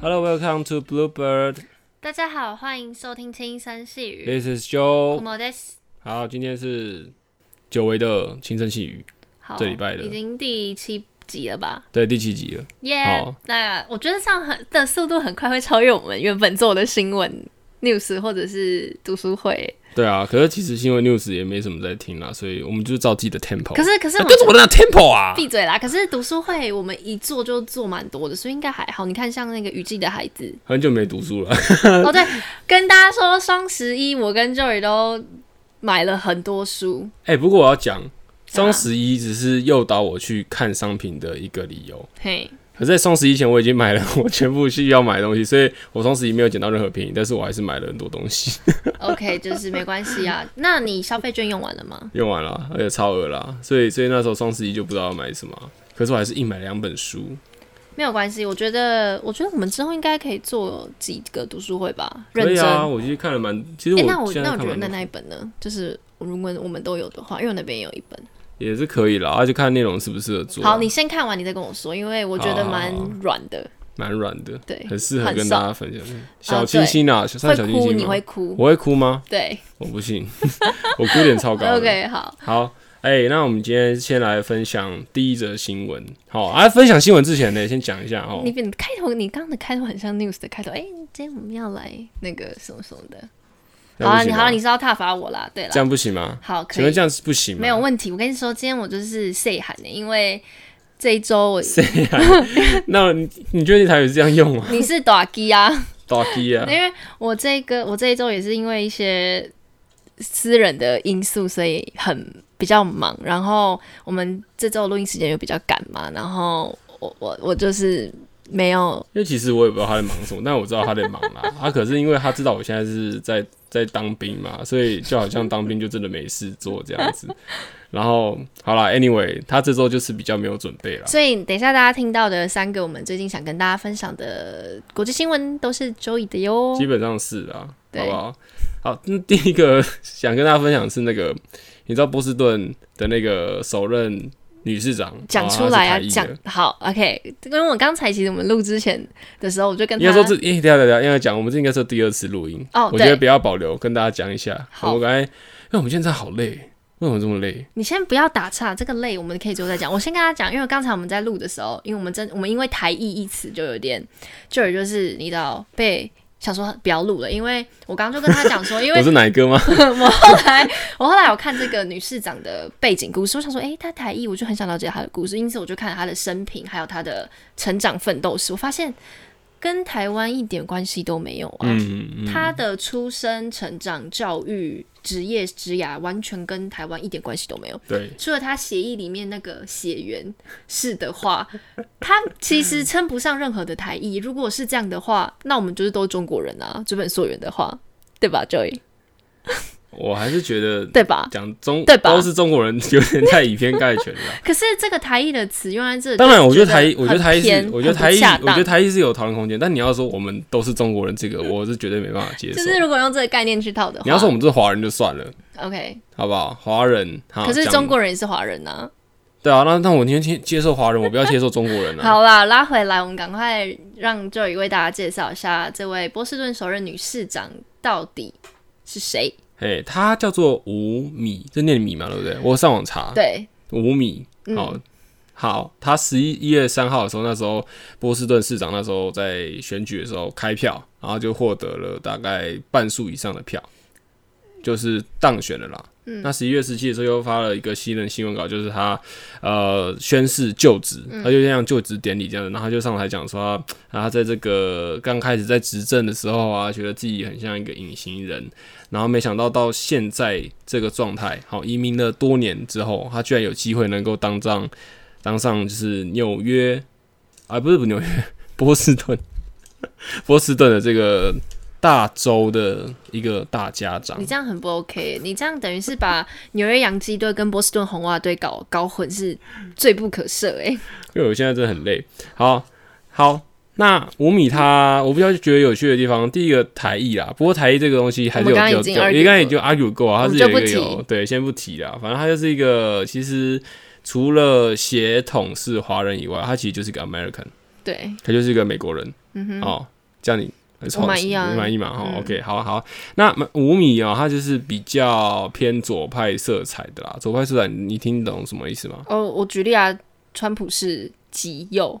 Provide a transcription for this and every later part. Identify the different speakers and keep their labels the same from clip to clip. Speaker 1: Hello, welcome to Bluebird.
Speaker 2: 大家好，欢迎收听《轻声细语》。
Speaker 1: This is Joe.
Speaker 2: 我 s
Speaker 1: 好，今天是久违的轻声细语，
Speaker 2: 好，
Speaker 1: 这礼拜的
Speaker 2: 已经第七集了吧？
Speaker 1: 对，第七集了。
Speaker 2: 耶、
Speaker 1: 好
Speaker 2: 那我觉得这样很的速度很快会超越我们原本做的新闻 news 或者是读书会。
Speaker 1: 对啊，可是其实新闻 news 也没什么在听啦，所以我们就是照自己的 tempo。
Speaker 2: 可是可是
Speaker 1: 啊
Speaker 2: 我
Speaker 1: 跟着我的 tempo 啊！
Speaker 2: 闭嘴啦！可是读书会我们一做就做蛮多的，所以应该还好。你看，像那个雨季的孩子，
Speaker 1: 很久没读书了，
Speaker 2: 哦对，跟大家说双十一，我跟 Joy 都买了很多书。
Speaker 1: 哎、不过我要讲，双十一只是诱导我去看商品的一个理由。
Speaker 2: 嘿，
Speaker 1: 可是，在双十一前我已经买了我全部需要买的东西，所以我双十一没有捡到任何便宜，但是我还是买了很多东西，
Speaker 2: OK，就是没关系啊。那你消费券用完了吗？
Speaker 1: 用完了，而且超额啦，所以所以那时候双十一就不知道要买什么啊，可是我还是硬买了两本书，
Speaker 2: 没有关系，我觉得，我觉得我们之后应该可以做几个读书会吧，认
Speaker 1: 可以
Speaker 2: 真。
Speaker 1: 啊，我其实看了蛮，其实
Speaker 2: 诶那
Speaker 1: 我
Speaker 2: 我
Speaker 1: 现
Speaker 2: 那
Speaker 1: 在
Speaker 2: 我
Speaker 1: 看
Speaker 2: 觉得
Speaker 1: 蛮
Speaker 2: 那
Speaker 1: 多
Speaker 2: 那一本呢，就是如果我们都有的话，因为我那边也有一本。
Speaker 1: 也是可以啦，而且看内容适不适合做啊，
Speaker 2: 好，你先看完，你再跟我说，因为我觉得蛮
Speaker 1: 好好好
Speaker 2: 软的，
Speaker 1: 蛮软的，
Speaker 2: 对，
Speaker 1: 很适合
Speaker 2: 很
Speaker 1: 跟
Speaker 2: 爽
Speaker 1: 大家分享。小清新啊，算小
Speaker 2: 呃
Speaker 1: 清
Speaker 2: 会哭，
Speaker 1: 新
Speaker 2: 你
Speaker 1: 吗
Speaker 2: 会？哭，
Speaker 1: 我会哭吗？
Speaker 2: 对
Speaker 1: 我不 信，我哭点超高的。
Speaker 2: ，OK，好，
Speaker 1: 好，哎、那我们今天先来分享第一则新闻。好，啊，分享新闻之前呢，先讲一下哦
Speaker 2: 你。你开头，你刚刚的开头很像 news 的开头，哎、今天我们要来那个什么什么的，
Speaker 1: 这
Speaker 2: 好
Speaker 1: 样
Speaker 2: 啊，
Speaker 1: 不
Speaker 2: 你
Speaker 1: 行
Speaker 2: 好啊，
Speaker 1: 吗
Speaker 2: 你是要挞伐我啦，对啦
Speaker 1: 这，样不行吗？
Speaker 2: 好，
Speaker 1: 请
Speaker 2: 可以
Speaker 1: 问这，样是不行吗？
Speaker 2: 没有，问题。我跟你说，今天我就是谁喊的，因为这一周我
Speaker 1: 那你你觉得你台语是这样用吗
Speaker 2: 你是短基啊，
Speaker 1: d o g y 啊，
Speaker 2: 因为我这个我这一周也是因为一些私人的因素，所以很比较忙。然后我们这周录音时间又比较赶嘛，然后我我我就是没有
Speaker 1: 因为其实我也不知道他在忙什么，但我知道他在忙啦。他可是因为他知道我现在是在在当兵嘛，所以就好像当兵就真的没事做这样子。然后好啦 a n y w a y 他这周就是比较没有准备啦。
Speaker 2: 所以等一下大家听到的三个我们最近想跟大家分享的国际新闻都是 Joey 的哟。
Speaker 1: 基本上是啊，
Speaker 2: 对
Speaker 1: 好不好？好，那第一个想跟大家分享的是那个，你知道波士顿的那个首任女市长哦
Speaker 2: 讲出来啊，
Speaker 1: 然后她是台
Speaker 2: 讲
Speaker 1: 裔的
Speaker 2: 好，OK。因为我刚才其实我们录之前的时候，我就跟
Speaker 1: 应该
Speaker 2: 他
Speaker 1: 说这，哎、等一下等一下，应该讲我们这应该是第二次录音，
Speaker 2: 哦，
Speaker 1: 我觉得
Speaker 2: 对
Speaker 1: 不，要保留，跟大家讲一下。
Speaker 2: 好
Speaker 1: 我刚才，因为我们现在好累，为什么这么累？
Speaker 2: 你先不要打岔，这个累我们可以之后再讲。我先跟他讲，因为刚才我们在录的时候，因为我们真我们因为台译一词就有点，就有就是你知道被想说不要录了，因为我刚刚就跟他讲 说，因为
Speaker 1: 我是奶哥吗？
Speaker 2: 我后来我后来有看这个女市长的背景故事，我想说，诶，她台艺，我就很想了解她的故事，因此我就看了她的生平，还有她的成长奋斗史，我发现跟台湾一点关系都没有啊。
Speaker 1: 嗯嗯，
Speaker 2: 她的出生、成长、教育、职业、职涯，完全跟台湾一点关系都没有。
Speaker 1: 对，
Speaker 2: 除了她协议里面那个血缘是的话，她其实称不上任何的台裔。如果是这样的话，那我们就是都是中国人啊，追本溯源的话，对吧，Joy？
Speaker 1: 我还是觉得
Speaker 2: 对吧？
Speaker 1: 讲中
Speaker 2: 对吧
Speaker 1: 都是中国人，有点太以偏概 全了。
Speaker 2: 可是这个台艺的词用在这里，
Speaker 1: 当然，我觉
Speaker 2: 就
Speaker 1: 得台，我觉得
Speaker 2: 很
Speaker 1: 台艺是
Speaker 2: 偏，
Speaker 1: 我觉得
Speaker 2: 很
Speaker 1: 台
Speaker 2: 不
Speaker 1: 艺，
Speaker 2: 恰
Speaker 1: 我觉得
Speaker 2: 当
Speaker 1: 台艺是有讨论空间。但你要说我们都是中国人，这个我是绝对没办法接受
Speaker 2: 嗯就。是如果用这个概念去套的话，
Speaker 1: 你要说我们是华人就算了，
Speaker 2: OK，
Speaker 1: 好不好？华人，哈
Speaker 2: 可是
Speaker 1: 讲
Speaker 2: 中国人也是华人呐、
Speaker 1: 对啊，那那我宁愿接受华人，我不要接受中国人啊。
Speaker 2: 好啦，拉回来，我们赶快让 Joy 为大家介绍一下这位波士顿首任女市长到底是谁？
Speaker 1: 哎，他叫做吴米，这念米嘛，对不对？我上网查，
Speaker 2: 嗯对，
Speaker 1: 吴米，
Speaker 2: 嗯
Speaker 1: 好。好，他十一一月三号的时候，那时候波士顿市长那时候在选举的时候开票，然后就获得了大概半数以上的票，就是当选了啦。嗯、那十一月十七的时候又发了一个新人新闻稿，就是他呃宣誓就职，他就像就职典礼这样子，然后他就上台讲说啊他，他在这个刚开始在执政的时候啊，觉得自己很像一个隐形人，然后没想到到现在这个状态，好移民了多年之后，他居然有机会能够当上当上就是纽约啊，不是不是纽约， 波士顿， 波士顿的这个大州的一个大家长
Speaker 2: 你。这样很不 OK，你这样等于是把纽约洋基队跟波士顿红袜队搞搞混，是罪不可赦哎、
Speaker 1: 因为我现在真的很累。好，好，那五米他，我比较觉得有趣的地方，第一个台艺啦，不过台艺这个东西还是有
Speaker 2: 我们刚刚
Speaker 1: 有
Speaker 2: 已经
Speaker 1: 有
Speaker 2: argue
Speaker 1: 应该已经 argue 过啊，
Speaker 2: 我
Speaker 1: 它是
Speaker 2: 们就
Speaker 1: 有一个
Speaker 2: 不提
Speaker 1: 有对，先不提啦，反正它就是一个其实除了血统是华人以外，他其实就是一个 American，
Speaker 2: 对，
Speaker 1: 他就是一个美国人。嗯哼，哦，这样你很
Speaker 2: 我满意啊
Speaker 1: 你满意嘛？哈、
Speaker 2: 嗯
Speaker 1: o k 哦好好。那五米哦，它就是比较偏左派色彩的啦。左派色彩，你你听懂什么意思吗？
Speaker 2: 哦，我举例啊，川普是极右，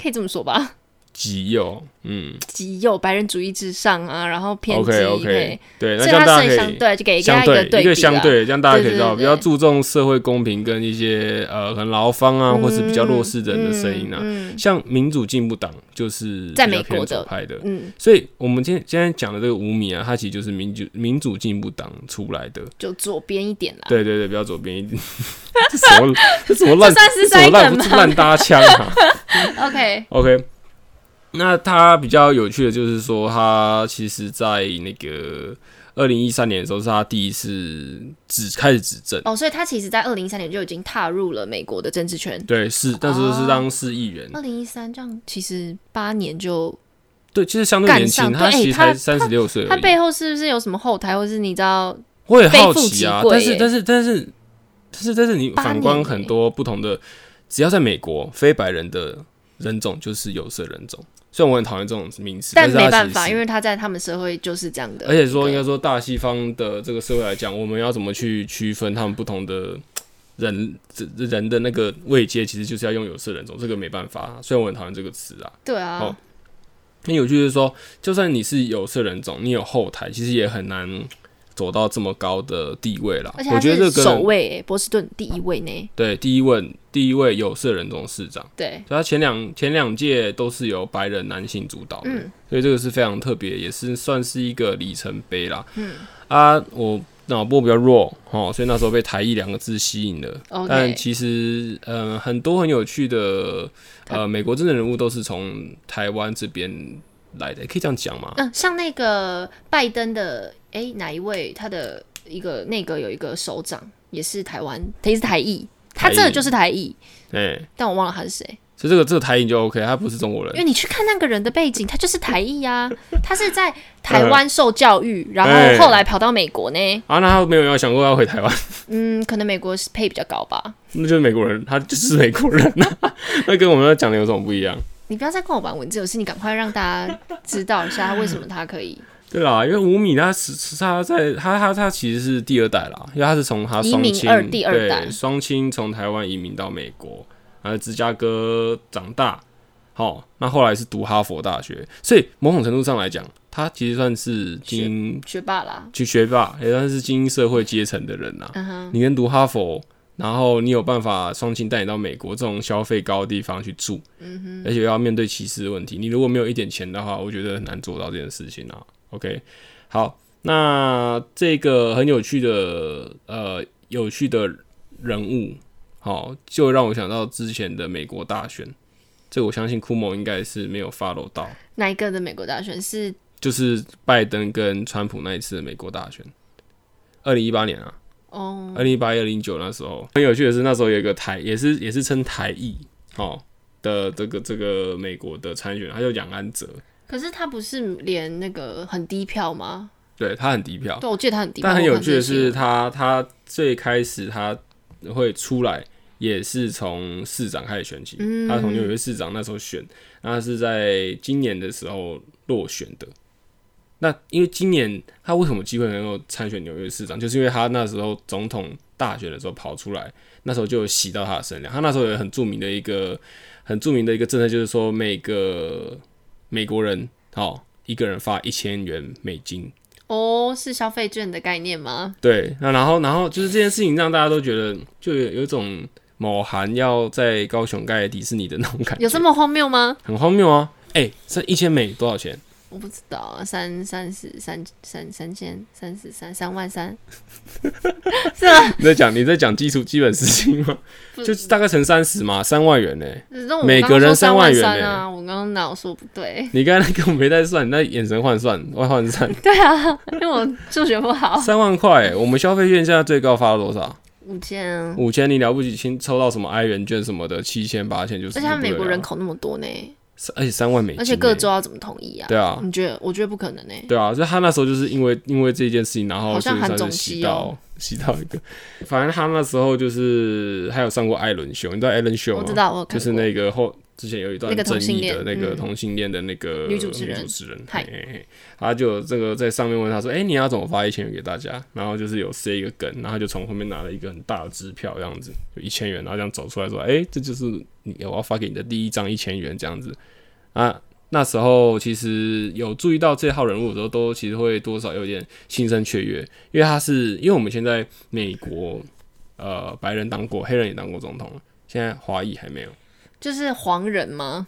Speaker 2: 可以这么 说吧，
Speaker 1: 极右，嗯
Speaker 2: 极右白人主义至上啊，然后偏激
Speaker 1: ，OK
Speaker 2: 嘿
Speaker 1: OK，对，那
Speaker 2: 所以
Speaker 1: 这样
Speaker 2: 他
Speaker 1: 大
Speaker 2: 是
Speaker 1: 家可
Speaker 2: 相
Speaker 1: 以。
Speaker 2: 对，就给给
Speaker 1: 相
Speaker 2: 他
Speaker 1: 对
Speaker 2: 个
Speaker 1: 一个
Speaker 2: 比
Speaker 1: 相
Speaker 2: 啦，
Speaker 1: 对，这样大家可以
Speaker 2: 对
Speaker 1: 知道，
Speaker 2: 对对
Speaker 1: 比较注重社会公平跟一些呃很劳方啊，或是比较弱势人的声音啊。
Speaker 2: 嗯
Speaker 1: 像民主进步党就是
Speaker 2: 在
Speaker 1: 比较
Speaker 2: 美
Speaker 1: 偏
Speaker 2: 国
Speaker 1: 左
Speaker 2: 的
Speaker 1: 派的，
Speaker 2: 嗯，
Speaker 1: 所以我们今天今天讲的这个五米啊，它其实就是民主民主进步党出来的。
Speaker 2: 就左边一点啦。
Speaker 1: 对对对，比较左边一点。 这什么这什么烂
Speaker 2: 这算是
Speaker 1: 这什么烂
Speaker 2: 塞梗吗
Speaker 1: 烂搭腔啊
Speaker 2: OK，
Speaker 1: ？OK，那它比较有趣的就是说，它其实在那个二零一三年的时候，是他第一次执开始执政。
Speaker 2: 哦，所以他其实在二零一三年就已经踏入了美国的政治圈。
Speaker 1: 对，是那时候是当市议员，
Speaker 2: 二零一三这样，其实八年就
Speaker 1: 对，其实相对
Speaker 2: 干
Speaker 1: 年轻，
Speaker 2: 上
Speaker 1: 他
Speaker 2: 对
Speaker 1: 其实
Speaker 2: 他
Speaker 1: 才三十六岁
Speaker 2: 他
Speaker 1: 而已。
Speaker 2: 背后是不是有什么后台，或是你知道？
Speaker 1: 我也
Speaker 2: 非
Speaker 1: 好
Speaker 2: 富
Speaker 1: 奇
Speaker 2: 即
Speaker 1: 啊，
Speaker 2: 贵
Speaker 1: 但是
Speaker 2: 耶
Speaker 1: 但是但是但是但是你
Speaker 2: 八
Speaker 1: 反观
Speaker 2: 年
Speaker 1: 很
Speaker 2: 耶
Speaker 1: 多不同的，只要在美国，非白人的人种就是有色人种。虽然我很讨厌这种名词，
Speaker 2: 但
Speaker 1: 是
Speaker 2: 没
Speaker 1: 它
Speaker 2: 办
Speaker 1: 其
Speaker 2: 法，
Speaker 1: 实
Speaker 2: 因为他在他们社会就是这样的一
Speaker 1: 而
Speaker 2: 个。
Speaker 1: 且说应该说大西方的这个社会来讲，我们要怎么去区分他们不同的人这这人的那个位阶，其实就是要用有色人种，这个没办法啊。虽然我很讨厌这个词啊，
Speaker 2: 对啊，
Speaker 1: 哦很有趣就是说，就算你是有色人种，你有后台，其实也很难走到这么高的地位啦
Speaker 2: 而且。
Speaker 1: 我
Speaker 2: 他
Speaker 1: 觉得这
Speaker 2: 是
Speaker 1: 个跟
Speaker 2: 首位欸、波士顿第一位呢。
Speaker 1: 对，第一位第一位有色人种市长，
Speaker 2: 对，
Speaker 1: 所以他前两前两届都是由白人男性主导的，
Speaker 2: 嗯
Speaker 1: 所以这个是非常特别，也是算是一个里程碑啦。嗯啊，我脑波比较弱哦，所以那时候被台裔两个字吸引了。
Speaker 2: OK
Speaker 1: 但其实呃，很多很有趣的呃美国政治人物都是从台湾这边来的，可以这样讲吗？
Speaker 2: 嗯、像那个拜登的，哎、哪一位？他的一个内阁有一个首长也是台湾，他也是台裔，他
Speaker 1: 台裔
Speaker 2: 这个就是台裔，
Speaker 1: 哎、
Speaker 2: 但我忘了他是谁。
Speaker 1: 所以这个这个台裔就 OK，他不是中国人
Speaker 2: 因。为你去看那个人的背景，他就是台裔 啊，他是在台湾受教育，然
Speaker 1: 哎
Speaker 2: 后后来跑到美国呢。
Speaker 1: 啊，那他没有要想过要回台湾，
Speaker 2: 嗯，可能美国是配比较高吧。
Speaker 1: 那就是美国人，他就是美国人啊， 那跟我们要讲的有什么不一样？
Speaker 2: 你不要再跟我玩文字游戏，你赶快让大家知道一下他为什么他可以
Speaker 1: 对啦，因为吴米他是是他在他他他其实是第二代啦，因为他是从他
Speaker 2: 移
Speaker 1: 双
Speaker 2: 民
Speaker 1: 亲
Speaker 2: 二第二代
Speaker 1: 对双亲从台湾移民到美国，然后芝加哥长大，好，那后来是读哈佛大学，所以某种程度上来讲，他其实算是精英
Speaker 2: 学霸啦。
Speaker 1: 去学霸，也算是精英社会阶层的人啦。啊
Speaker 2: 嗯哼，
Speaker 1: 你能读哈佛，然后你有办法双亲带你到美国这种消费高的地方去住，嗯哼，而且要面对歧视的问题。你如果没有一点钱的话，我觉得很难做到这件事情啊。OK，好，那这个很有趣的呃有趣的人物，好，就让我想到之前的美国大选，这个我相信库某应该是没有 follow 到，
Speaker 2: 哪一个的美国大选是
Speaker 1: 就是拜登跟川普那一次的美国大选，二零一八年啊。
Speaker 2: 哦，
Speaker 1: 二零一八、二零九那时候，很有趣的是，那时候有一个台，也是也是称台裔哦的这个这个美国的参选人，他叫杨安泽，
Speaker 2: 可是他不是连那个很低票吗？
Speaker 1: 对他很低票，
Speaker 2: 对，我记得他啊很低票。
Speaker 1: 但很
Speaker 2: 我
Speaker 1: 有
Speaker 2: 看
Speaker 1: 趣的
Speaker 2: 这个新
Speaker 1: 是
Speaker 2: 闻，
Speaker 1: 他，他最开始他会出来，也是从市长开始选起。
Speaker 2: 嗯
Speaker 1: 他从纽约市长那时候选，那是在今年的时候落选的。那因为今年他为什么机会能够参选纽约市长，就是因为他那时候总统大选的时候跑出来，那时候就有洗到他的声量。他那时候有很著名的一个很著名的一个政策，就是说每个美国人哦一个人发一千元美金
Speaker 2: 哦，是消费券的概念吗？
Speaker 1: 对，那然后然后就是这件事情让大家都觉得就有有一种某韩要在高雄盖迪士尼的那种感觉，
Speaker 2: 有这么荒谬 吗？
Speaker 1: 很荒谬啊！哎、这一千美多少 钱？
Speaker 2: 我不知道啊，三三十三三三千三十三三万 三，是吗？
Speaker 1: 你在讲你在讲基础基本事情吗？
Speaker 2: 不
Speaker 1: 就是大概乘三十嘛，三万元呢、
Speaker 2: 那我
Speaker 1: 每
Speaker 2: 刚
Speaker 1: 个
Speaker 2: 刚
Speaker 1: 人
Speaker 2: 说
Speaker 1: 三
Speaker 2: 三
Speaker 1: 万元
Speaker 2: 三
Speaker 1: 呢
Speaker 2: 啊！我刚刚哪有说不对？
Speaker 1: 你刚才那个我没在算，你那眼神换算换换算
Speaker 2: 对啊，因为我数学不好。
Speaker 1: 三万块、我们消费券现在最高发到多少？
Speaker 2: 五千，啊
Speaker 1: 五千，你了不起，亲抽到什么 i 元券什么的，七千八千就是不
Speaker 2: 而且
Speaker 1: 得了。
Speaker 2: 他们美国人口那么多呢，
Speaker 1: 三，而且三万美金欸、
Speaker 2: 而且各州要怎么统一啊？
Speaker 1: 对啊，
Speaker 2: 你觉得？我觉得不可能欸呢。
Speaker 1: 对啊，所以他那时候就是因为因为这件事情，然后
Speaker 2: 好
Speaker 1: 所
Speaker 2: 像
Speaker 1: 以他
Speaker 2: 韩
Speaker 1: 就
Speaker 2: 总
Speaker 1: 洗
Speaker 2: 熙
Speaker 1: 到、
Speaker 2: 哦
Speaker 1: 洗到一个，反正他那时候就是还有上过艾伦秀，你知道艾伦秀吗？啊
Speaker 2: 我知道，我有
Speaker 1: 就
Speaker 2: 哦看
Speaker 1: 是
Speaker 2: 过。
Speaker 1: 那个后之前有一段
Speaker 2: 那个
Speaker 1: 争
Speaker 2: 同性
Speaker 1: 议
Speaker 2: 恋
Speaker 1: 的那个
Speaker 2: 嗯
Speaker 1: 同性恋的那个
Speaker 2: 女主持人
Speaker 1: 女主持人，
Speaker 2: 嗨
Speaker 1: 嘿嘿嘿他就有这个在上面问他说：“哎、你要怎么发一千元给大家？”然后就是有塞一个梗，然后他就从后面拿了一个很大的支票，这样子就一千元，然后这样走出来说：“哎、这就是你我要发给你的第一张一千元。”这样子啊。那时候其实有注意到这号人物的时候，都其实会多少有点心生雀跃，因为他是因为我们现在美国呃白人当过，黑人也当过总统了，现在华裔还没有。
Speaker 2: 就是黄人吗？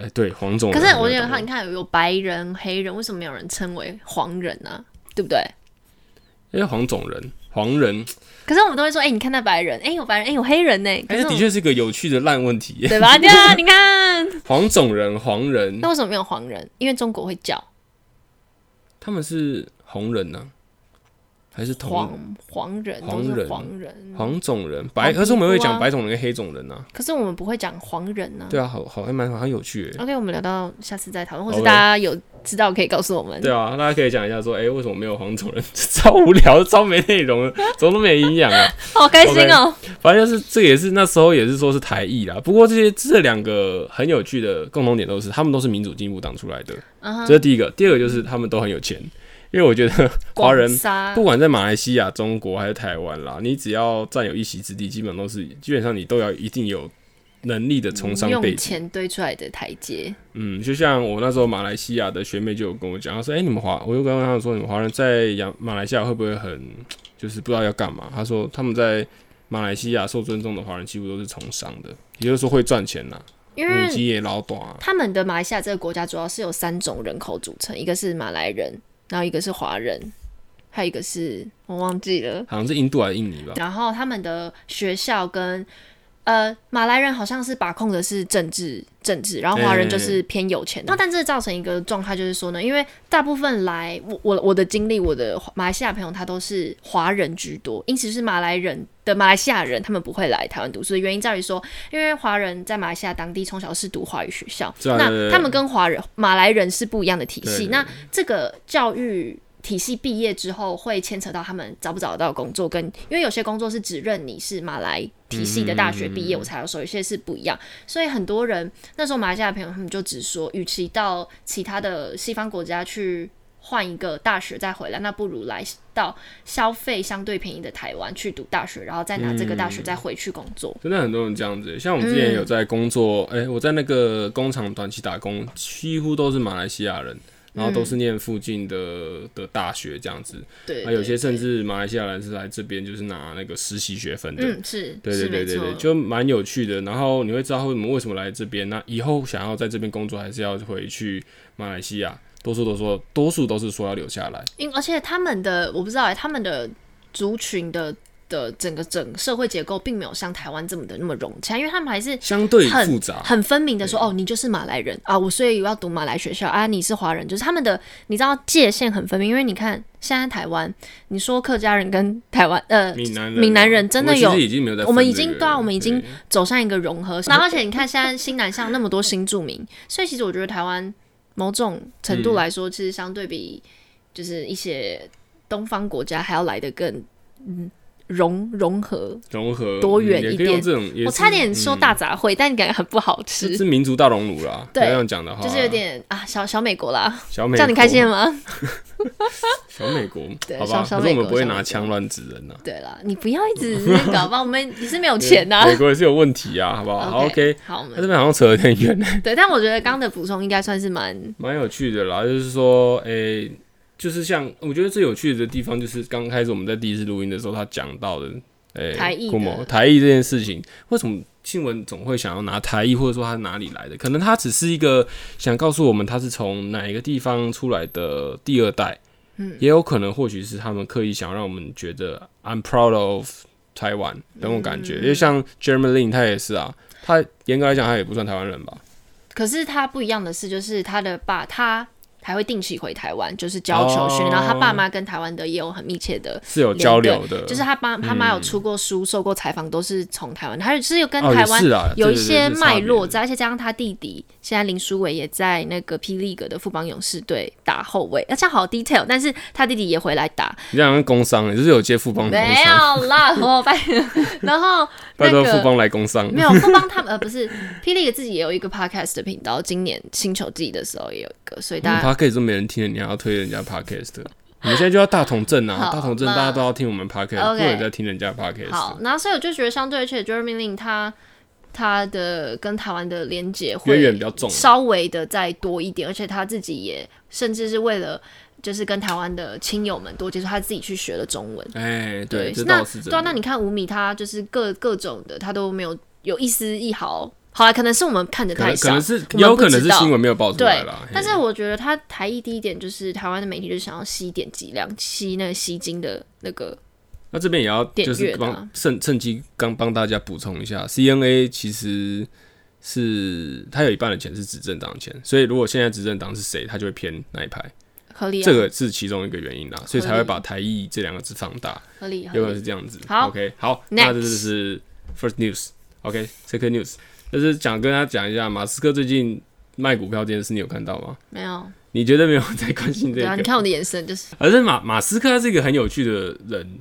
Speaker 1: 哎、对，啊黄总。
Speaker 2: 可是我觉得他，
Speaker 1: 他
Speaker 2: 你看有白人、黑人，为什么没有人称为黄人呢、对不对？
Speaker 1: 因为黄种人，黄人，
Speaker 2: 可是我们都会说，哎、你看那白人，哎、有白人，哎、有黑人呢。可
Speaker 1: 哎、
Speaker 2: 是
Speaker 1: 这
Speaker 2: 我
Speaker 1: 的 确是个有趣的烂问题。
Speaker 2: 对吧？对啊，你看，
Speaker 1: 黄种人、黄人
Speaker 2: 那，为什么没有黄人？因为中国会叫
Speaker 1: 他们是红人呢、还是同
Speaker 2: 黄黄人，
Speaker 1: 嗯黄
Speaker 2: 都是
Speaker 1: 人
Speaker 2: 黄人。
Speaker 1: 黄种人？
Speaker 2: 黄
Speaker 1: 白，
Speaker 2: 皮
Speaker 1: 可是我们
Speaker 2: 肤
Speaker 1: 会
Speaker 2: 啊嗯
Speaker 1: 讲白种人跟黑种人啊。
Speaker 2: 可是我们不会讲黄人呢、
Speaker 1: 对啊，好好还蛮好像有趣诶。
Speaker 2: OK，我们聊到下次再讨论，或是
Speaker 1: OK
Speaker 2: 大家有知道可以告诉我们。
Speaker 1: 对啊，大家可以讲一下说，哎、为什么没有黄种人？ 超无聊，超没内容的，怎么都没营养啊。
Speaker 2: 好开心哦、
Speaker 1: 反正就是这也是那时候也是说是台裔啦。不过这些这两个很有趣的共同点都是，他们都是民主进步党出来的，
Speaker 2: 嗯哼
Speaker 1: 这是第一个。第二个就是他们都很有钱，因为我觉得华人
Speaker 2: 广撒
Speaker 1: 不管在马来西亚、中国还是台湾啦，你只要占有一席之地，基本都是基本上你都要一定有能力的从商背
Speaker 2: 嗯用
Speaker 1: 景。
Speaker 2: 钱堆出来的台阶，
Speaker 1: 嗯，就像我那时候马来西亚的学妹就有跟我讲，她说：“哎、你们华，我就跟她说，你们华人在亚马来西亚会不会很，就是不知道要干嘛？”她说他们在马来西亚受尊重的华人几乎都是从商的，也就是说会赚钱啦，
Speaker 2: 因
Speaker 1: 母
Speaker 2: 为
Speaker 1: 鸡也老短、啊。
Speaker 2: 他们的马来西亚这个国家主要是有三种人口组成，一个是马来人，然后一个是华人，还有一个是我忘记了。
Speaker 1: 好像是印度还是印尼吧？
Speaker 2: 然后他们的学校跟呃马来人好像是把控的是政治政治，然后华人就是偏有
Speaker 1: 嗯
Speaker 2: 钱的。那、但这造成一个状态就是说呢，因为大部分来我我我的经历，我的马来西亚朋友他都是华人居多，因此是马来人的马来西亚人他们不会来台湾读书，原因在于说，因为华人在马来西亚当地从小是读华语学校，
Speaker 1: 对啊对对
Speaker 2: 那
Speaker 1: 对
Speaker 2: 他们跟华人马来人是不一样的体
Speaker 1: 对对
Speaker 2: 系。那这个教育体系毕业之后，会牵扯到他们找不找得到工作跟，因为有些工作是只认你是马来体系的大学毕业我才要收，有些是不一样。所以很多人那时候马来西亚的朋友他们就只说，与其到其他的西方国家去。换一个大学再回来，那不如来到消费相对便宜的台湾去读大学，然后再拿这个大学再回去工作。
Speaker 1: 真的很多人这样子欸，像我们之前
Speaker 2: 嗯
Speaker 1: 有在工作，哎、我在那个工厂短期打工，几乎都是马来西亚人，然后都是念附近的的大学这样子。
Speaker 2: 嗯对，
Speaker 1: 啊，有些甚至马来西亚人是来这边就是拿那个实习学分的。
Speaker 2: 嗯是，
Speaker 1: 对
Speaker 2: 是
Speaker 1: 对对
Speaker 2: 没
Speaker 1: 对对，
Speaker 2: 错
Speaker 1: 就蛮有趣的。然后你会知道为什么为什么来这边，那以后想要在这边工作，还是要回去马来西亚。多数都说，多数都是说要留下来。
Speaker 2: 因而且他们的我不知道哎、他们的族群的的整个整社会结构并没有像台湾这么的那么融洽，因为他们还是
Speaker 1: 相对
Speaker 2: 很
Speaker 1: 复杂，
Speaker 2: 很分明的说，哦，你就是马来人啊，我所以我要读马来学校啊，你是华人，就是他们的你知道界限很分明，因为你看现在台湾，你说客家人跟台湾呃
Speaker 1: 闽南人啊，
Speaker 2: 闽南人真
Speaker 1: 我
Speaker 2: 的
Speaker 1: 们其实
Speaker 2: 有
Speaker 1: 已经没有在分这个了，
Speaker 2: 我们已经对啊我们已经
Speaker 1: 对
Speaker 2: 走向一个融合，然后而且你看现在新南向那么多新住民，所以其实我觉得台湾某种程度来说，其实相对比就是一些东方国家还要来的更嗯融融合。
Speaker 1: 融合
Speaker 2: 多
Speaker 1: 嗯
Speaker 2: 元
Speaker 1: 也
Speaker 2: 一
Speaker 1: 可以用
Speaker 2: 点
Speaker 1: 这种，也
Speaker 2: 我
Speaker 1: 是嗯
Speaker 2: 差点说大杂烩，但感觉很不好吃
Speaker 1: 这，是民族大熔炉啦。
Speaker 2: 对
Speaker 1: 这样讲的话，
Speaker 2: 就是有点啊小小美国啦，
Speaker 1: 小美
Speaker 2: 这
Speaker 1: 国，
Speaker 2: 样你开心了吗？
Speaker 1: 小美国，
Speaker 2: 对
Speaker 1: 好吧，
Speaker 2: 小小
Speaker 1: 可是我
Speaker 2: 美
Speaker 1: 们
Speaker 2: 国
Speaker 1: 不会
Speaker 2: 小美
Speaker 1: 拿
Speaker 2: 国
Speaker 1: 枪乱指人啊呐。
Speaker 2: 对啦，你不要一直那个好吧，我们你是没有钱呐
Speaker 1: 美。国也是有问题啊，好不好好
Speaker 2: OK，
Speaker 1: ？OK，
Speaker 2: 好，我
Speaker 1: 他这
Speaker 2: 们
Speaker 1: 边好像扯得有点远，
Speaker 2: 对，但我觉得刚刚的补充应该算是蛮
Speaker 1: 蛮有趣的啦。就是说，诶、就是像我觉得最有趣的地方，就是刚开始我们在第一次录音的时候，他讲到的，诶、
Speaker 2: 台裔的
Speaker 1: 顾某台裔这件事情，为什么新闻总会想要拿台裔，或者说他哪里来的？可能他只是一个想告诉我们他是从哪一个地方出来的第二代，嗯，也有可能或许是他们刻意想让我们觉得 I'm proud of。台湾
Speaker 2: 嗯
Speaker 1: 那种感觉，因为像 Jeremy Lin 他也是啊，他严格来讲他也不算台湾人吧，
Speaker 2: 可是他不一样的是，就是他的爸，他还会定期回台湾，就是教球训。
Speaker 1: 哦
Speaker 2: 然后他爸妈跟台湾的也有很密切的
Speaker 1: 是有
Speaker 2: 连
Speaker 1: 交流
Speaker 2: 对
Speaker 1: 的，
Speaker 2: 就是他爸他妈有出过书、受过采访，都是从台湾，还有是有跟
Speaker 1: 哦
Speaker 2: 台
Speaker 1: 也
Speaker 2: 湾
Speaker 1: 是啊
Speaker 2: 有一
Speaker 1: 对对
Speaker 2: 些
Speaker 1: 对是差
Speaker 2: 脉
Speaker 1: 别
Speaker 2: 络
Speaker 1: 的
Speaker 2: 在，而且加上他弟弟现在林书伟也在那个霹雳格的富邦勇士队打后卫，啊，这样好 detail，但是他弟弟也回来打，
Speaker 1: 你这样工商，就是有接富邦的工
Speaker 2: 没
Speaker 1: 商，
Speaker 2: 有啦，我拜， 然后
Speaker 1: 拜
Speaker 2: 那
Speaker 1: 托
Speaker 2: 个
Speaker 1: 富邦来工商，嗯
Speaker 2: 没有不帮他们，呃，不是霹雳格自己也有一个 podcast 的频道，今年新球季的时候也有一个，所以大家。
Speaker 1: p o d c a s t 都没人听了，你还要推人家 podcast？我们现在就要大同证啊！
Speaker 2: 好
Speaker 1: 大同证
Speaker 2: 那
Speaker 1: 大家都要听我们 podcast，
Speaker 2: OK
Speaker 1: 不能再听人家 podcast。
Speaker 2: 好，然后所以我就觉得相对，而且 Jeremy Lin 他他的跟台湾的连接会
Speaker 1: 渊源比较重
Speaker 2: 稍微的再多一点，而且他自己也甚至是为了就是跟台湾的亲友们多接触，他自己去学了中文。
Speaker 1: 哎，对，这
Speaker 2: 那
Speaker 1: 倒是真
Speaker 2: 对啊，那
Speaker 1: 的。
Speaker 2: 你看吴米他就是各各种的，他都没有有一丝一毫。好了，可能是我们看的
Speaker 1: 可
Speaker 2: 太
Speaker 1: 能可
Speaker 2: 少，
Speaker 1: 能是
Speaker 2: 我
Speaker 1: 也
Speaker 2: 们
Speaker 1: 有
Speaker 2: 不
Speaker 1: 可能
Speaker 2: 知
Speaker 1: 是
Speaker 2: 道
Speaker 1: 新闻没有爆出来
Speaker 2: 对
Speaker 1: 啦。嘿，
Speaker 2: 但是我觉得他台艺第一点就是台湾的媒体就是想要吸点击量，吸那个吸金的那个
Speaker 1: 那这边也要
Speaker 2: 点
Speaker 1: 就是
Speaker 2: 阅的啊
Speaker 1: 帮趁趁机刚帮大家补充一下，CNA 其实是它有一半的钱是执政党的钱，所以如果现在执政党是谁，他就会偏那一派，
Speaker 2: 合理、啊，
Speaker 1: 这个是其中一个原因啦，所以才会
Speaker 2: 合理
Speaker 1: 把台艺这两个字放大。
Speaker 2: 合理合
Speaker 1: 有可能是
Speaker 2: 理。
Speaker 1: 这样子。
Speaker 2: 好
Speaker 1: ，OK，好，
Speaker 2: Next
Speaker 1: 那这就是 first news。OK，second、news，就是想跟大家讲一下，马斯克最近卖股票这件事，你有看到吗？
Speaker 2: 没有，
Speaker 1: 你觉得没有在关心这
Speaker 2: 对啊，你
Speaker 1: 个？
Speaker 2: 看我的眼神就是。
Speaker 1: 而是马马斯克他是一个很有趣的人。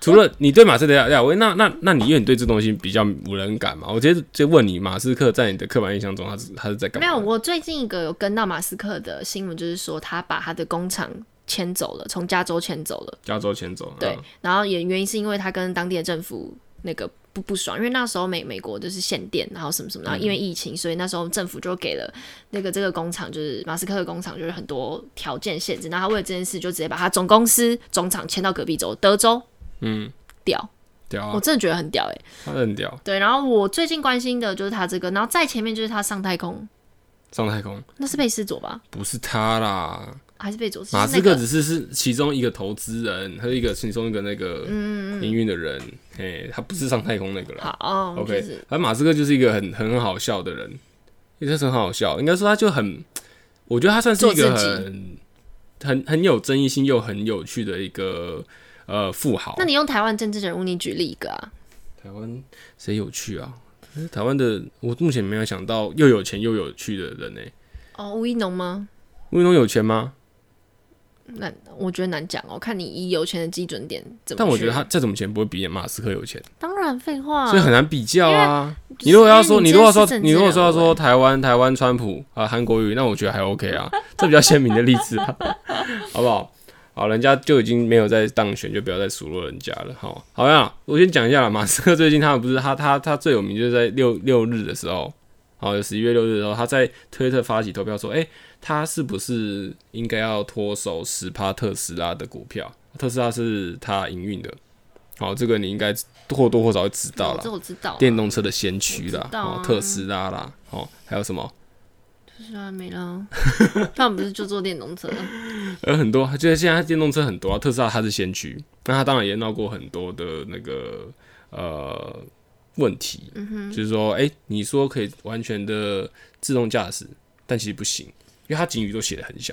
Speaker 1: 除了你对马斯克的亚威，那那那你因为你对这东西比较无人感嘛？我直接直接问你，马斯克在你的刻板印象中，他是他是在干
Speaker 2: 没
Speaker 1: 嘛？
Speaker 2: 有，我最近一个有跟到马斯克的新闻，就是说他把他的工厂迁走了，从加州迁走了。
Speaker 1: 加州前走。
Speaker 2: 对，
Speaker 1: 嗯
Speaker 2: 然后也原因是因为他跟当地的政府那个不不爽，因为那时候美美国就是限电，然后什么什么，然后因为
Speaker 1: 嗯
Speaker 2: 疫情，所以那时候政府就给了那个这个工厂，就是马斯克的工厂，就是很多条件限制。那他为了这件事，就直接把他总公司总厂迁到隔壁州德州。
Speaker 1: 嗯，
Speaker 2: 屌，
Speaker 1: 屌
Speaker 2: 我
Speaker 1: 啊，
Speaker 2: 真的觉得很屌哎、
Speaker 1: 他很屌，
Speaker 2: 对，然后我最近关心的就是他这个，然后再前面就是他上太空，
Speaker 1: 上太空
Speaker 2: 那是贝斯佐吧？
Speaker 1: 不是他啦，
Speaker 2: 还是贝佐斯？
Speaker 1: 马
Speaker 2: 就是
Speaker 1: 斯
Speaker 2: 那
Speaker 1: 克
Speaker 2: 个
Speaker 1: 只是是其中一个投资人，他是一个其中一个那个
Speaker 2: 嗯
Speaker 1: 营运的人，哎、他不是上太空那个啦。
Speaker 2: 好哦
Speaker 1: OK，
Speaker 2: 就是
Speaker 1: 而马斯克就是一个很很好笑的人，也是很好笑，应该说他就很，我觉得他算是一个
Speaker 2: 做自己
Speaker 1: 很很很有争议性又很有趣的一个呃富豪
Speaker 2: 那。你用台湾政治人物，你举例一个啊？
Speaker 1: 台湾谁有趣啊？台湾的我目前没有想到又有钱又有趣的人呢、
Speaker 2: 哦，吴一农吗？
Speaker 1: 吴云龙有钱吗？
Speaker 2: 那我觉得难讲哦，看你以有钱的基准点怎么去。
Speaker 1: 但我觉得他再怎么钱不会比马斯克有钱。
Speaker 2: 当然废话，
Speaker 1: 所以很难比较啊。
Speaker 2: 就是
Speaker 1: 你如果要
Speaker 2: 因
Speaker 1: 说，
Speaker 2: 为
Speaker 1: 你
Speaker 2: 你
Speaker 1: 如果说
Speaker 2: 真的是政，治
Speaker 1: 你如果说要
Speaker 2: 人物欸
Speaker 1: 说台湾台湾川普啊韩国瑜，那我觉得还 OK 啊， 这比较鲜明的例子啊，好不好？好，人家就已经没有在当选，就不要再数落人家了。好，好呀，我先讲一下啦。马斯克最近他们不是他他他最有名就是在六六日的时候，好，十一月六日的时候，他在推特发起投票说，诶，他是不是应该要脱手十趴特斯拉的股票？特斯拉是他营运的，好，这个你应该或多或少会知道
Speaker 2: 哦
Speaker 1: 了
Speaker 2: 这。我知道啊，
Speaker 1: 电动车的先驱啦
Speaker 2: 我，知道啊
Speaker 1: 哦，特斯拉啦，哦，还有什么？
Speaker 2: 是啊，没了。他们不是就坐电动车？
Speaker 1: 有很多，就是现在电动车很多啊，特斯拉它是先驱，那它当然也闹过很多的那个呃问题，
Speaker 2: 嗯
Speaker 1: 就是说，哎、你说可以完全的自动驾驶，但其实不行，因为它警语都写的很小，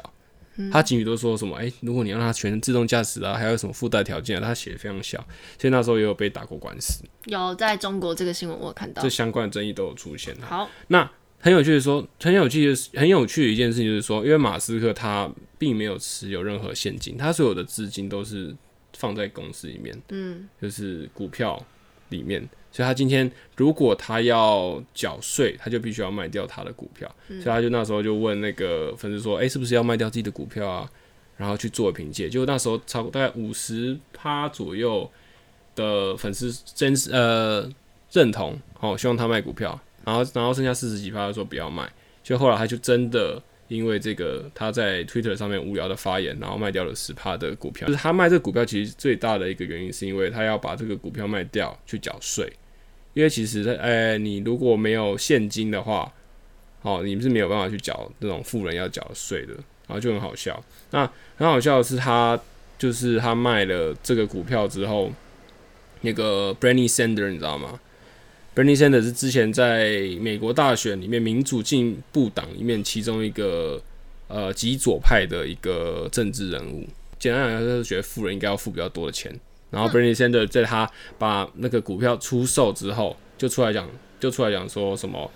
Speaker 2: 嗯
Speaker 1: 它警语都说什么，哎、如果你让它全自动驾驶啊，还有什么附带条件啊，它写的非常小，所以那时候也有被打过官司，
Speaker 2: 有在中国这个新闻我有看到
Speaker 1: 这。相关的争议都有出现啊。
Speaker 2: 好，
Speaker 1: 那很有趣的说，很有趣的很有趣的一件事情就是说，因为马斯克他并没有持有任何现金，他所有的资金都是放在公司里面，
Speaker 2: 嗯，
Speaker 1: 就是股票里面。所以他今天如果他要缴税，他就必须要卖掉他的股票。所以他就那时候就问那个粉丝说：“诶，是不是要卖掉自己的股票啊？”然后去做凭借。就那时候超大概五十趴左右的粉丝真呃认同，哦，希望他卖股票。然后然后剩下四十几趴说不要卖。就后来他就真的因为这个他在 Twitter 上面无聊的发言，然后卖掉了十趴的股票。就是他卖这个股票，其实最大的一个原因是因为他要把这个股票卖掉去缴税，因为其实他呃你如果没有现金的话，哦你是没有办法去缴那种富人要缴的税的，然后就很好笑。那很好笑的是他就是他卖了这个股票之后，那个 Bernie Sanders 你知道吗？Bernie Sanders 是之前在美国大选里面民主进步党里面其中一个呃极左派的一个政治人物。简单来说，就是觉得富人应该要付比较多的钱。然后 Bernie Sanders 在他把那个股票出售之后，就出来讲，就出来讲说什么，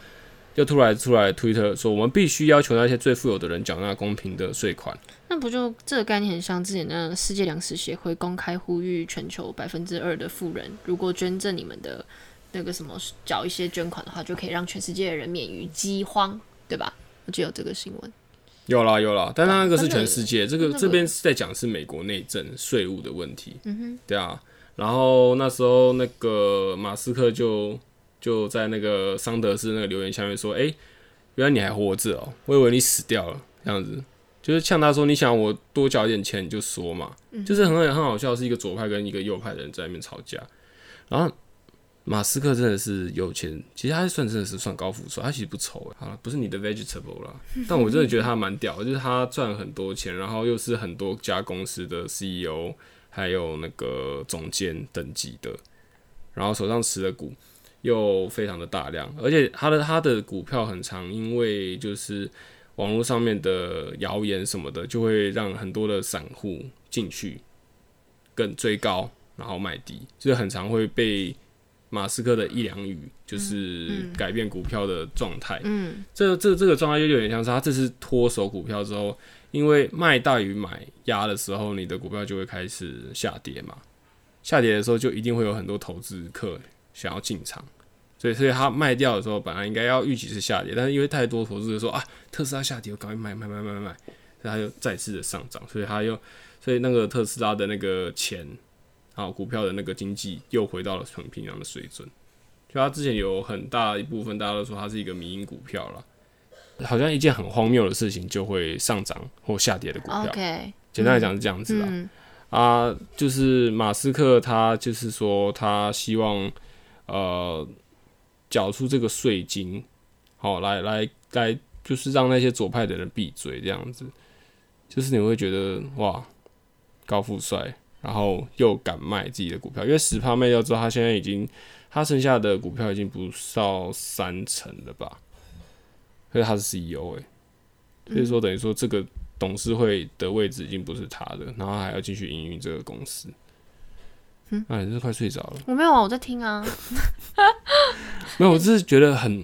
Speaker 1: 就突然出来 Twitter 说，我们必须要求那些最富有的人缴纳公平的税款。
Speaker 2: 那不就这个概念很像之前的世界粮食协会公开呼吁全球百分之二的富人，如果捐赠你们的那个什么缴一些捐款的话，就可以让全世界的人免于饥荒，对吧？我记得有这个新闻。
Speaker 1: 有啦有啦，但
Speaker 2: 对啊
Speaker 1: 那个
Speaker 2: 但
Speaker 1: 是
Speaker 2: 是
Speaker 1: 全世界，这
Speaker 2: 那
Speaker 1: 个
Speaker 2: 个
Speaker 1: 这边是在讲是美国内政税务的问题，
Speaker 2: 嗯哼，
Speaker 1: 对啊。然后那时候那个马斯克就就在那个桑德斯那个留言下面说：“哎、原来你还活着哦、我以为你死掉了。”这样子，就是呛他说：“你想我多缴一点钱，你就说嘛。
Speaker 2: 嗯
Speaker 1: 就是很很好笑，是一个左派跟一个右派的人在那边吵架。然后马斯克真的是有钱，其实他算真的是算高富帅，他其实不丑欸。好了，不是你的 vegetable 啦，但我真的觉得他蛮屌的，就是他赚很多钱，然后又是很多家公司的 CEO，还有那个总监等级的，然后手上持的股又非常的大量，而且他的他的股票很长，因为就是。网络上面的谣言什么的，就会让很多的散户进去，更追高，然后卖低，就是很常会被马斯克的一两语就是改变股票的状态。
Speaker 2: 嗯，
Speaker 1: 这这这个状态就有点像是他这次脱手股票之后，因为卖大于买压的时候，你的股票就会开始下跌嘛。下跌的时候，就一定会有很多投资客想要进场，所以所以他卖掉的时候，本来应该要预期是下跌，但是因为太多投资者说啊，特斯拉下跌，我赶快买买买买买买，所以他又再次的上涨，所以他又所以那个特斯拉的那个钱，还有股票的那个经济又回到了很平常的水准。就它之前有很大一部分大家都说它是一个迷因股票啦，好像一件很荒谬的事情就会上涨或下跌的股
Speaker 2: 哦
Speaker 1: 票。
Speaker 2: OK，
Speaker 1: 简单来讲是这样子啦。
Speaker 2: 嗯
Speaker 1: 啊，就是马斯克他就是说他希望呃缴出这个税金，好、来来来，就是让那些左派的人闭嘴这样子，就是你会觉得哇，高富帅，然后又敢卖自己的股票，因为十趴卖掉之后，他现在已经他剩下的股票已经不到三成了吧，所以他是 CEO 哎、所以说等于说这个董事会的位置已经不是他的，然后还要继续营运这个公司。嗯，啊，你真是快睡着了。
Speaker 2: 我没有啊，我在听啊。
Speaker 1: 没有，我只是觉得很，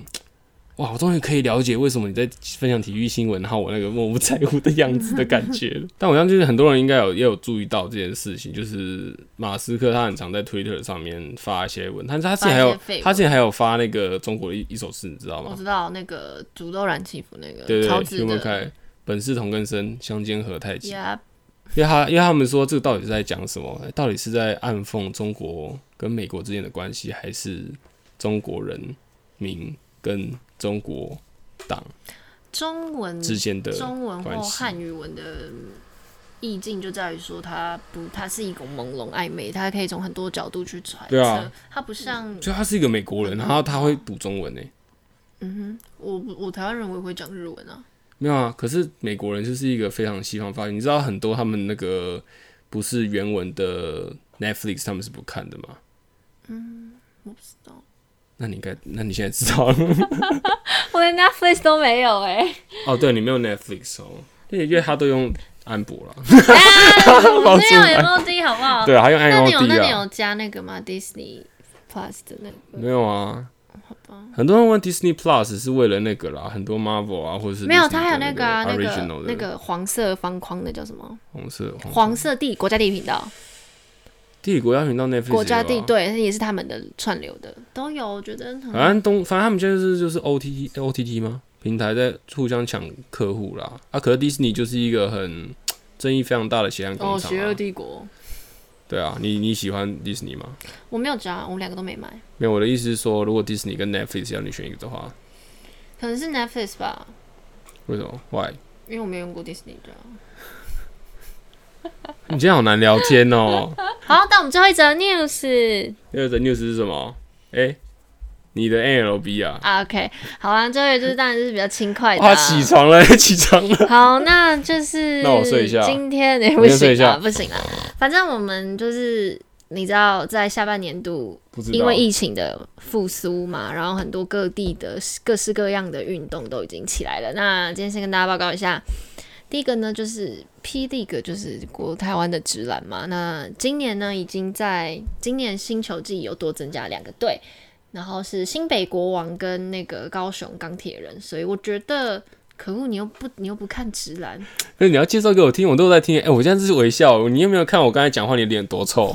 Speaker 1: 哇，我终于可以了解为什么你在分享体育新闻，然后我那个漠不在乎的样子的感觉 了。但我相信很多人应该有也有注意到这件事情，就是马斯克他很常在 Twitter 上面发一些文，但是他之前还有
Speaker 2: 发一些绯闻
Speaker 1: 他之前还有发那个中国的一一首诗，你知道
Speaker 2: 我
Speaker 1: 吗？
Speaker 2: 知道那个煮豆燃气服那个
Speaker 1: 啊对对
Speaker 2: 超
Speaker 1: 对，
Speaker 2: 值
Speaker 1: 有没有
Speaker 2: 的
Speaker 1: 看？本是同根生，相煎何太急。
Speaker 2: 呀，
Speaker 1: 因为他因为他们说这个到底是在讲什么？到底是在暗讽中国跟美国之间的关系，还是中国人民跟中国党
Speaker 2: 中文
Speaker 1: 之间的？
Speaker 2: 中文或
Speaker 1: 关系
Speaker 2: 汉语文的意境就在于说，它不，它是一种朦胧暧昧，它可以从很多角度去揣
Speaker 1: 对
Speaker 2: 测。
Speaker 1: 啊
Speaker 2: 它不像
Speaker 1: 就他是一个美国人，然后他会读中文欸呢、
Speaker 2: 嗯我，我台湾人我也会讲日文啊。
Speaker 1: 没有啊，可是美国人就是一个非常西方发音，你知道很多他们那个不是原文的 Netflix 他们是不看的嘛？
Speaker 2: 我不知道，
Speaker 1: 那你应该，那你现在知道了
Speaker 2: 我连 Netflix 都没有哎、
Speaker 1: 哦？对，你没有 Netflix 哦，对，因为他都用安博啦，
Speaker 2: 我
Speaker 1: 放
Speaker 2: 们
Speaker 1: 出
Speaker 2: 这样有
Speaker 1: 来，
Speaker 2: 没有低好 不好？
Speaker 1: 对啊，他用 i
Speaker 2: 那
Speaker 1: o
Speaker 2: 你有
Speaker 1: d
Speaker 2: 那
Speaker 1: 啊。
Speaker 2: 你有加那个吗？Disney Plus 的那个
Speaker 1: 没有啊，很多人问 Disney Plus 是为了那个啦，很多 Marvel 啊，或者是
Speaker 2: 没有？
Speaker 1: Disney
Speaker 2: 它还有
Speaker 1: 的那
Speaker 2: 个啊，那个
Speaker 1: original 的
Speaker 2: 那个黄色方框的叫什么？
Speaker 1: 红色
Speaker 2: 黄色地国家地理频道。
Speaker 1: 地理国家频道 Netflix
Speaker 2: 国家
Speaker 1: 也
Speaker 2: 地
Speaker 1: 有啊，啊
Speaker 2: 对，也是他们的串流的都有，我觉得很
Speaker 1: 反正东反正他们现在就是就是 O T O T T 吗？平台在互相抢客户啦，啊，可是 Disney 就是一个很争议非常大的血汗工
Speaker 2: 哦，
Speaker 1: 厂、
Speaker 2: 邪恶
Speaker 1: 啊，
Speaker 2: 帝国，
Speaker 1: 对啊，你你喜欢 Disney 吗？
Speaker 2: 我没有加，我们两个都没买，
Speaker 1: 没有，我的意思是说，如果 Disney 跟 Netflix 要你选一个的话，
Speaker 2: 可能是 Netflix 吧，
Speaker 1: 为什么？Why？
Speaker 2: 因为我没有用过 Disney 的。
Speaker 1: 你今天好难聊天哦、
Speaker 2: 好，那我们最后一则 news
Speaker 1: 第二则 news 是什么？哎、你的 NLB 啊，
Speaker 2: 啊，OK，好啊，最后一个就是当然就是比较轻快的啊、
Speaker 1: 哇，起床了， 起床了。
Speaker 2: 好，那就是
Speaker 1: 那我睡一下
Speaker 2: 今天也、不
Speaker 1: 我先睡一
Speaker 2: 行啊，
Speaker 1: 下
Speaker 2: 不行啊，反正我们就是你知道，在下半年度
Speaker 1: 不知道，
Speaker 2: 因为疫情的复苏嘛，然后很多各地的各式各样的运动都已经起来了。那今天先跟大家报告一下，第一个呢，就是霹雳个就是国台湾的职篮嘛。那今年呢，已经在今年新球季有多增加两个队，然后是新北国王跟那个高雄钢铁人，所以我觉得。可恶，你又不你又不看直篮，
Speaker 1: 可是你要介绍给我听，我都在听。哎、我现在是微笑，你有没有看我刚才讲话？你脸多臭？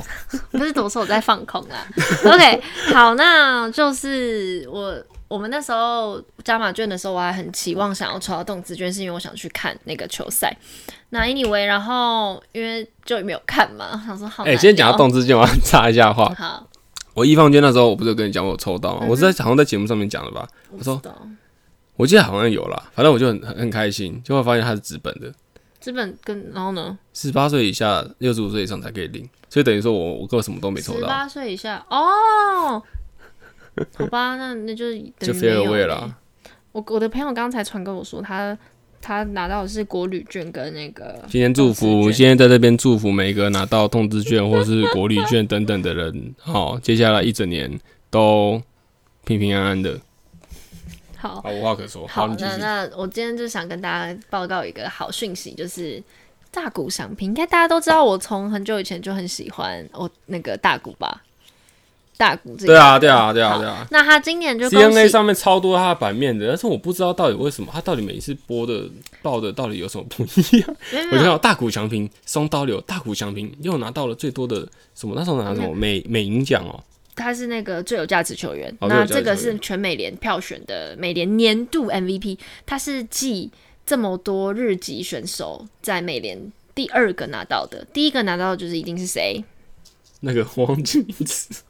Speaker 2: 不是夺手在放空啦。OK，好，那就是我我们那时候加码券的时候，我还很期望想要抽到动资券，是因为我想去看那个球赛。那 anyway，然后因为就没有看嘛，想说好。
Speaker 1: 哎、今天讲到。动之间，我要插一下话。
Speaker 2: 好，嗯
Speaker 1: 我一方圈那时候，我不是有跟你讲我有抽到吗？我是在好像在节目上面讲的吧？
Speaker 2: 我
Speaker 1: 说
Speaker 2: 知道
Speaker 1: 我记得好像有啦，反正我就很很很开心，结果发现它是纸本的，
Speaker 2: 资本跟然后呢，
Speaker 1: 十八岁以下、六十五岁以上才可以领，所以等于说我我根本什么都没抽
Speaker 2: 十
Speaker 1: 到，
Speaker 2: 八岁以下哦。好吧，那那就等
Speaker 1: 就
Speaker 2: 于没
Speaker 1: fair
Speaker 2: 有
Speaker 1: away
Speaker 2: 欸
Speaker 1: 啦。
Speaker 2: 我我的朋友刚才传跟我说，他他拿到的是国旅券跟那个
Speaker 1: 今天祝
Speaker 2: 动
Speaker 1: 福，
Speaker 2: 资券
Speaker 1: 今天在这边祝福每一个拿到通知券或是国礼券等等的 人，好，接下来一整年都平平安安的。
Speaker 2: 好。
Speaker 1: 好，无话可说。
Speaker 2: 哦好，
Speaker 1: 你继
Speaker 2: 那
Speaker 1: 续。
Speaker 2: 那我今天就想跟大家报告一个好讯息，就是大谷翔平，应该大家都知道，我从很久以前就很喜欢我那个大谷吧，大谷这个
Speaker 1: 对啊，对啊，对啊，
Speaker 2: 好
Speaker 1: 对啊。
Speaker 2: 那他今年就恭
Speaker 1: CNA
Speaker 2: 喜
Speaker 1: 上面超多它的版面的，但是我不知道到底为什么，它到底每一次播的报的到底有什么不一样。
Speaker 2: 没有
Speaker 1: 我
Speaker 2: 没
Speaker 1: 就
Speaker 2: 有
Speaker 1: 看到大谷翔平、松刀流、大谷翔平又拿到了最多的什么？那时候拿什
Speaker 2: 嗯
Speaker 1: 么美美银奖哦，
Speaker 2: 他是那个最有价值球员，
Speaker 1: 哦最有价
Speaker 2: 那
Speaker 1: 值球员
Speaker 2: 这个是全美联票选的美联年度 MVP，他是继这么多日籍选手在美联第二个拿到的，第一个拿到的就是一定是谁？
Speaker 1: 那个 忘记名字，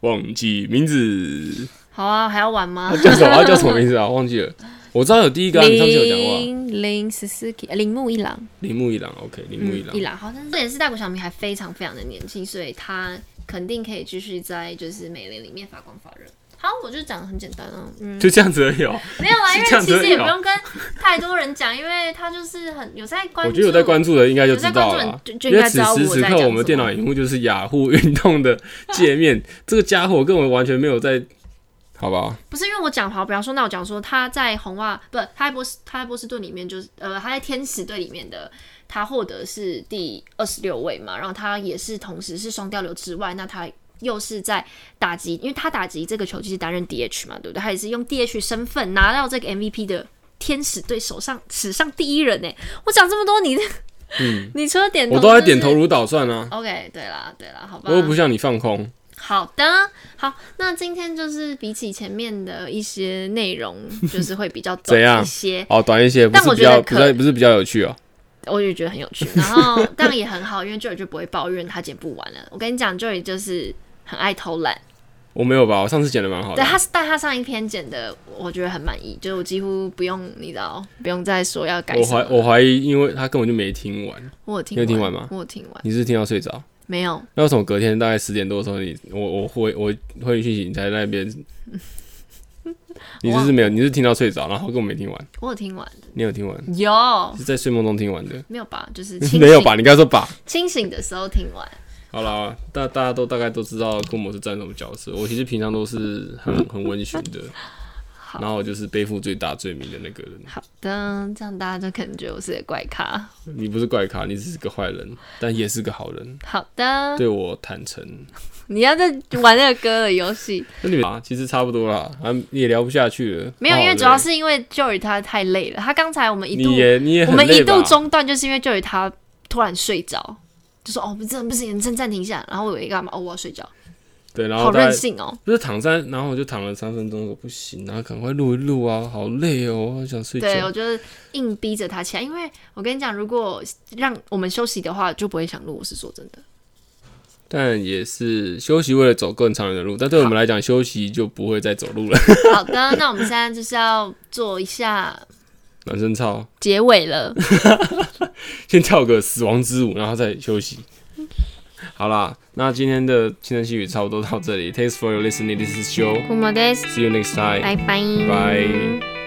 Speaker 1: 忘记名字，
Speaker 2: 好啊，还要玩吗
Speaker 1: 他？叫什么？他叫什么名字啊？忘记了。我知道有第一个、啊，你上次有讲过、啊、
Speaker 2: 零零 Suzuki 呃铃木一郎，
Speaker 1: 铃木一朗，OK，铃木一朗
Speaker 2: 嗯一，朗好像是这也是大谷翔平还非常非常的年轻，所以他肯定可以继续在就是美联里面发光发热。好，我就讲得很简单啊，嗯，
Speaker 1: 就这样子而已、哦。
Speaker 2: 没有啊，因
Speaker 1: 是这
Speaker 2: 为
Speaker 1: 样子
Speaker 2: 其
Speaker 1: 而已哦
Speaker 2: 实也不用跟太多人讲，因为他就是很有在关注，
Speaker 1: 我觉得有在关注的应该就知道
Speaker 2: 有在关
Speaker 1: 了啊
Speaker 2: 注的，就就
Speaker 1: 因为
Speaker 2: 应该知
Speaker 1: 此
Speaker 2: 道
Speaker 1: 时此
Speaker 2: 我在
Speaker 1: 刻
Speaker 2: 讲
Speaker 1: 我们
Speaker 2: 什么
Speaker 1: 电脑荧幕就是雅虎运动的 界面，这个家伙跟我完全没有在，好吧？
Speaker 2: 不是因为我讲好，比方说，那我讲说他在红袜不，他在波士他在波士顿里面就是呃，他在天使队里面的，他获得是第二十六位嘛，然后他也是同时是双吊流之外，那他又是在打击，因为他打击这个球季是担任 DH 嘛，对不对？他也是用 DH 身份拿到这个 MVP 的天使队手上史上第一人呢。欸我讲这么多，你、 你除了点
Speaker 1: 嗯
Speaker 2: 头、
Speaker 1: 我都在点头。如捣蒜啊，
Speaker 2: OK，对啦，对啦，好吧。
Speaker 1: 我又不像你放空。
Speaker 2: 好的，好，那今天就是比起前面的一些内容，就是会比较
Speaker 1: 怎样
Speaker 2: 短一些，
Speaker 1: 哦，短一些，不
Speaker 2: 但
Speaker 1: 是
Speaker 2: 我
Speaker 1: 比
Speaker 2: 觉得
Speaker 1: 较比
Speaker 2: 可
Speaker 1: 较不是比较有趣哦。
Speaker 2: 我也觉得很有趣。然后这样也很好，因为 Joy 就不会抱怨他剪不完了。我跟你讲，Joy 就是很爱偷懒，
Speaker 1: 我没有吧？我上次剪的蛮好的啊
Speaker 2: 对。他，但他上一篇剪的，我觉得很满意，就是我几乎不用，你知道，不用再说要改
Speaker 1: 我
Speaker 2: 什么
Speaker 1: 怀。我怀疑，因为他根本就没听完。
Speaker 2: 我有听
Speaker 1: 你有听完
Speaker 2: 完
Speaker 1: 吗
Speaker 2: 我有听完，
Speaker 1: 你是听到睡着？
Speaker 2: 没有，
Speaker 1: 那为什么隔天大概十点多的时候你，我我回我回你讯息，你在那边？你是不是没有？你是听到睡着，然后根本没听完。
Speaker 2: 我有听完 的，
Speaker 1: 你有听完？
Speaker 2: 有
Speaker 1: 是在睡梦中听完的？
Speaker 2: 没有吧？就是清 醒
Speaker 1: 没有吧？你刚才说吧。
Speaker 2: 清醒的时候听完。
Speaker 1: 好啦，大大家都大概都知道库姆是占什么角色。我其实平常都是 很很温驯的，
Speaker 2: 好
Speaker 1: 然后我就是背负最大罪名的那个人。
Speaker 2: 好的，这样大家就可能觉得我是个怪咖。
Speaker 1: 你不是怪咖，你只是个坏人，但也是个好人，
Speaker 2: 好的，
Speaker 1: 对我坦诚。
Speaker 2: 你要在玩那个歌的游戏，
Speaker 1: 那你们啊，其实差不多啦，啊，也聊不下去了。
Speaker 2: 没有，
Speaker 1: 好
Speaker 2: 因为
Speaker 1: 累
Speaker 2: 主要是因为 Joy 他太累了，他刚才我们一度
Speaker 1: 哦你也你也
Speaker 2: 我
Speaker 1: 很
Speaker 2: 们一
Speaker 1: 累吧
Speaker 2: 度中断，就是因为 Joy 他突然睡着，就说哦，不是不行，你先暂停一下。然后我以为干嘛？哦，我要睡觉，
Speaker 1: 对，然
Speaker 2: 好
Speaker 1: 后大
Speaker 2: 任
Speaker 1: 家
Speaker 2: 性哦。
Speaker 1: 就是躺在，然后我就躺了三分钟，我不行啊，赶快录一录啊，好累哦，我好想睡
Speaker 2: 对，我
Speaker 1: 觉。
Speaker 2: 就是硬逼着他起来，因为我跟你讲，如果让我们休息的话，就不会想录。我是说真的，
Speaker 1: 但也是休息，为了走更长远的路。但对我们来讲，休息就不会再走路了。
Speaker 2: 好的，那我们现在就是要做一下
Speaker 1: 暖身操，
Speaker 2: 结 尾了。
Speaker 1: 先跳个死亡之舞，然后再休息。好啦，那今天的轻声细语差不多到这里。Thanks for your listening. This is Joe.
Speaker 2: Kumo d
Speaker 1: See you next time.
Speaker 2: 拜拜，
Speaker 1: 拜。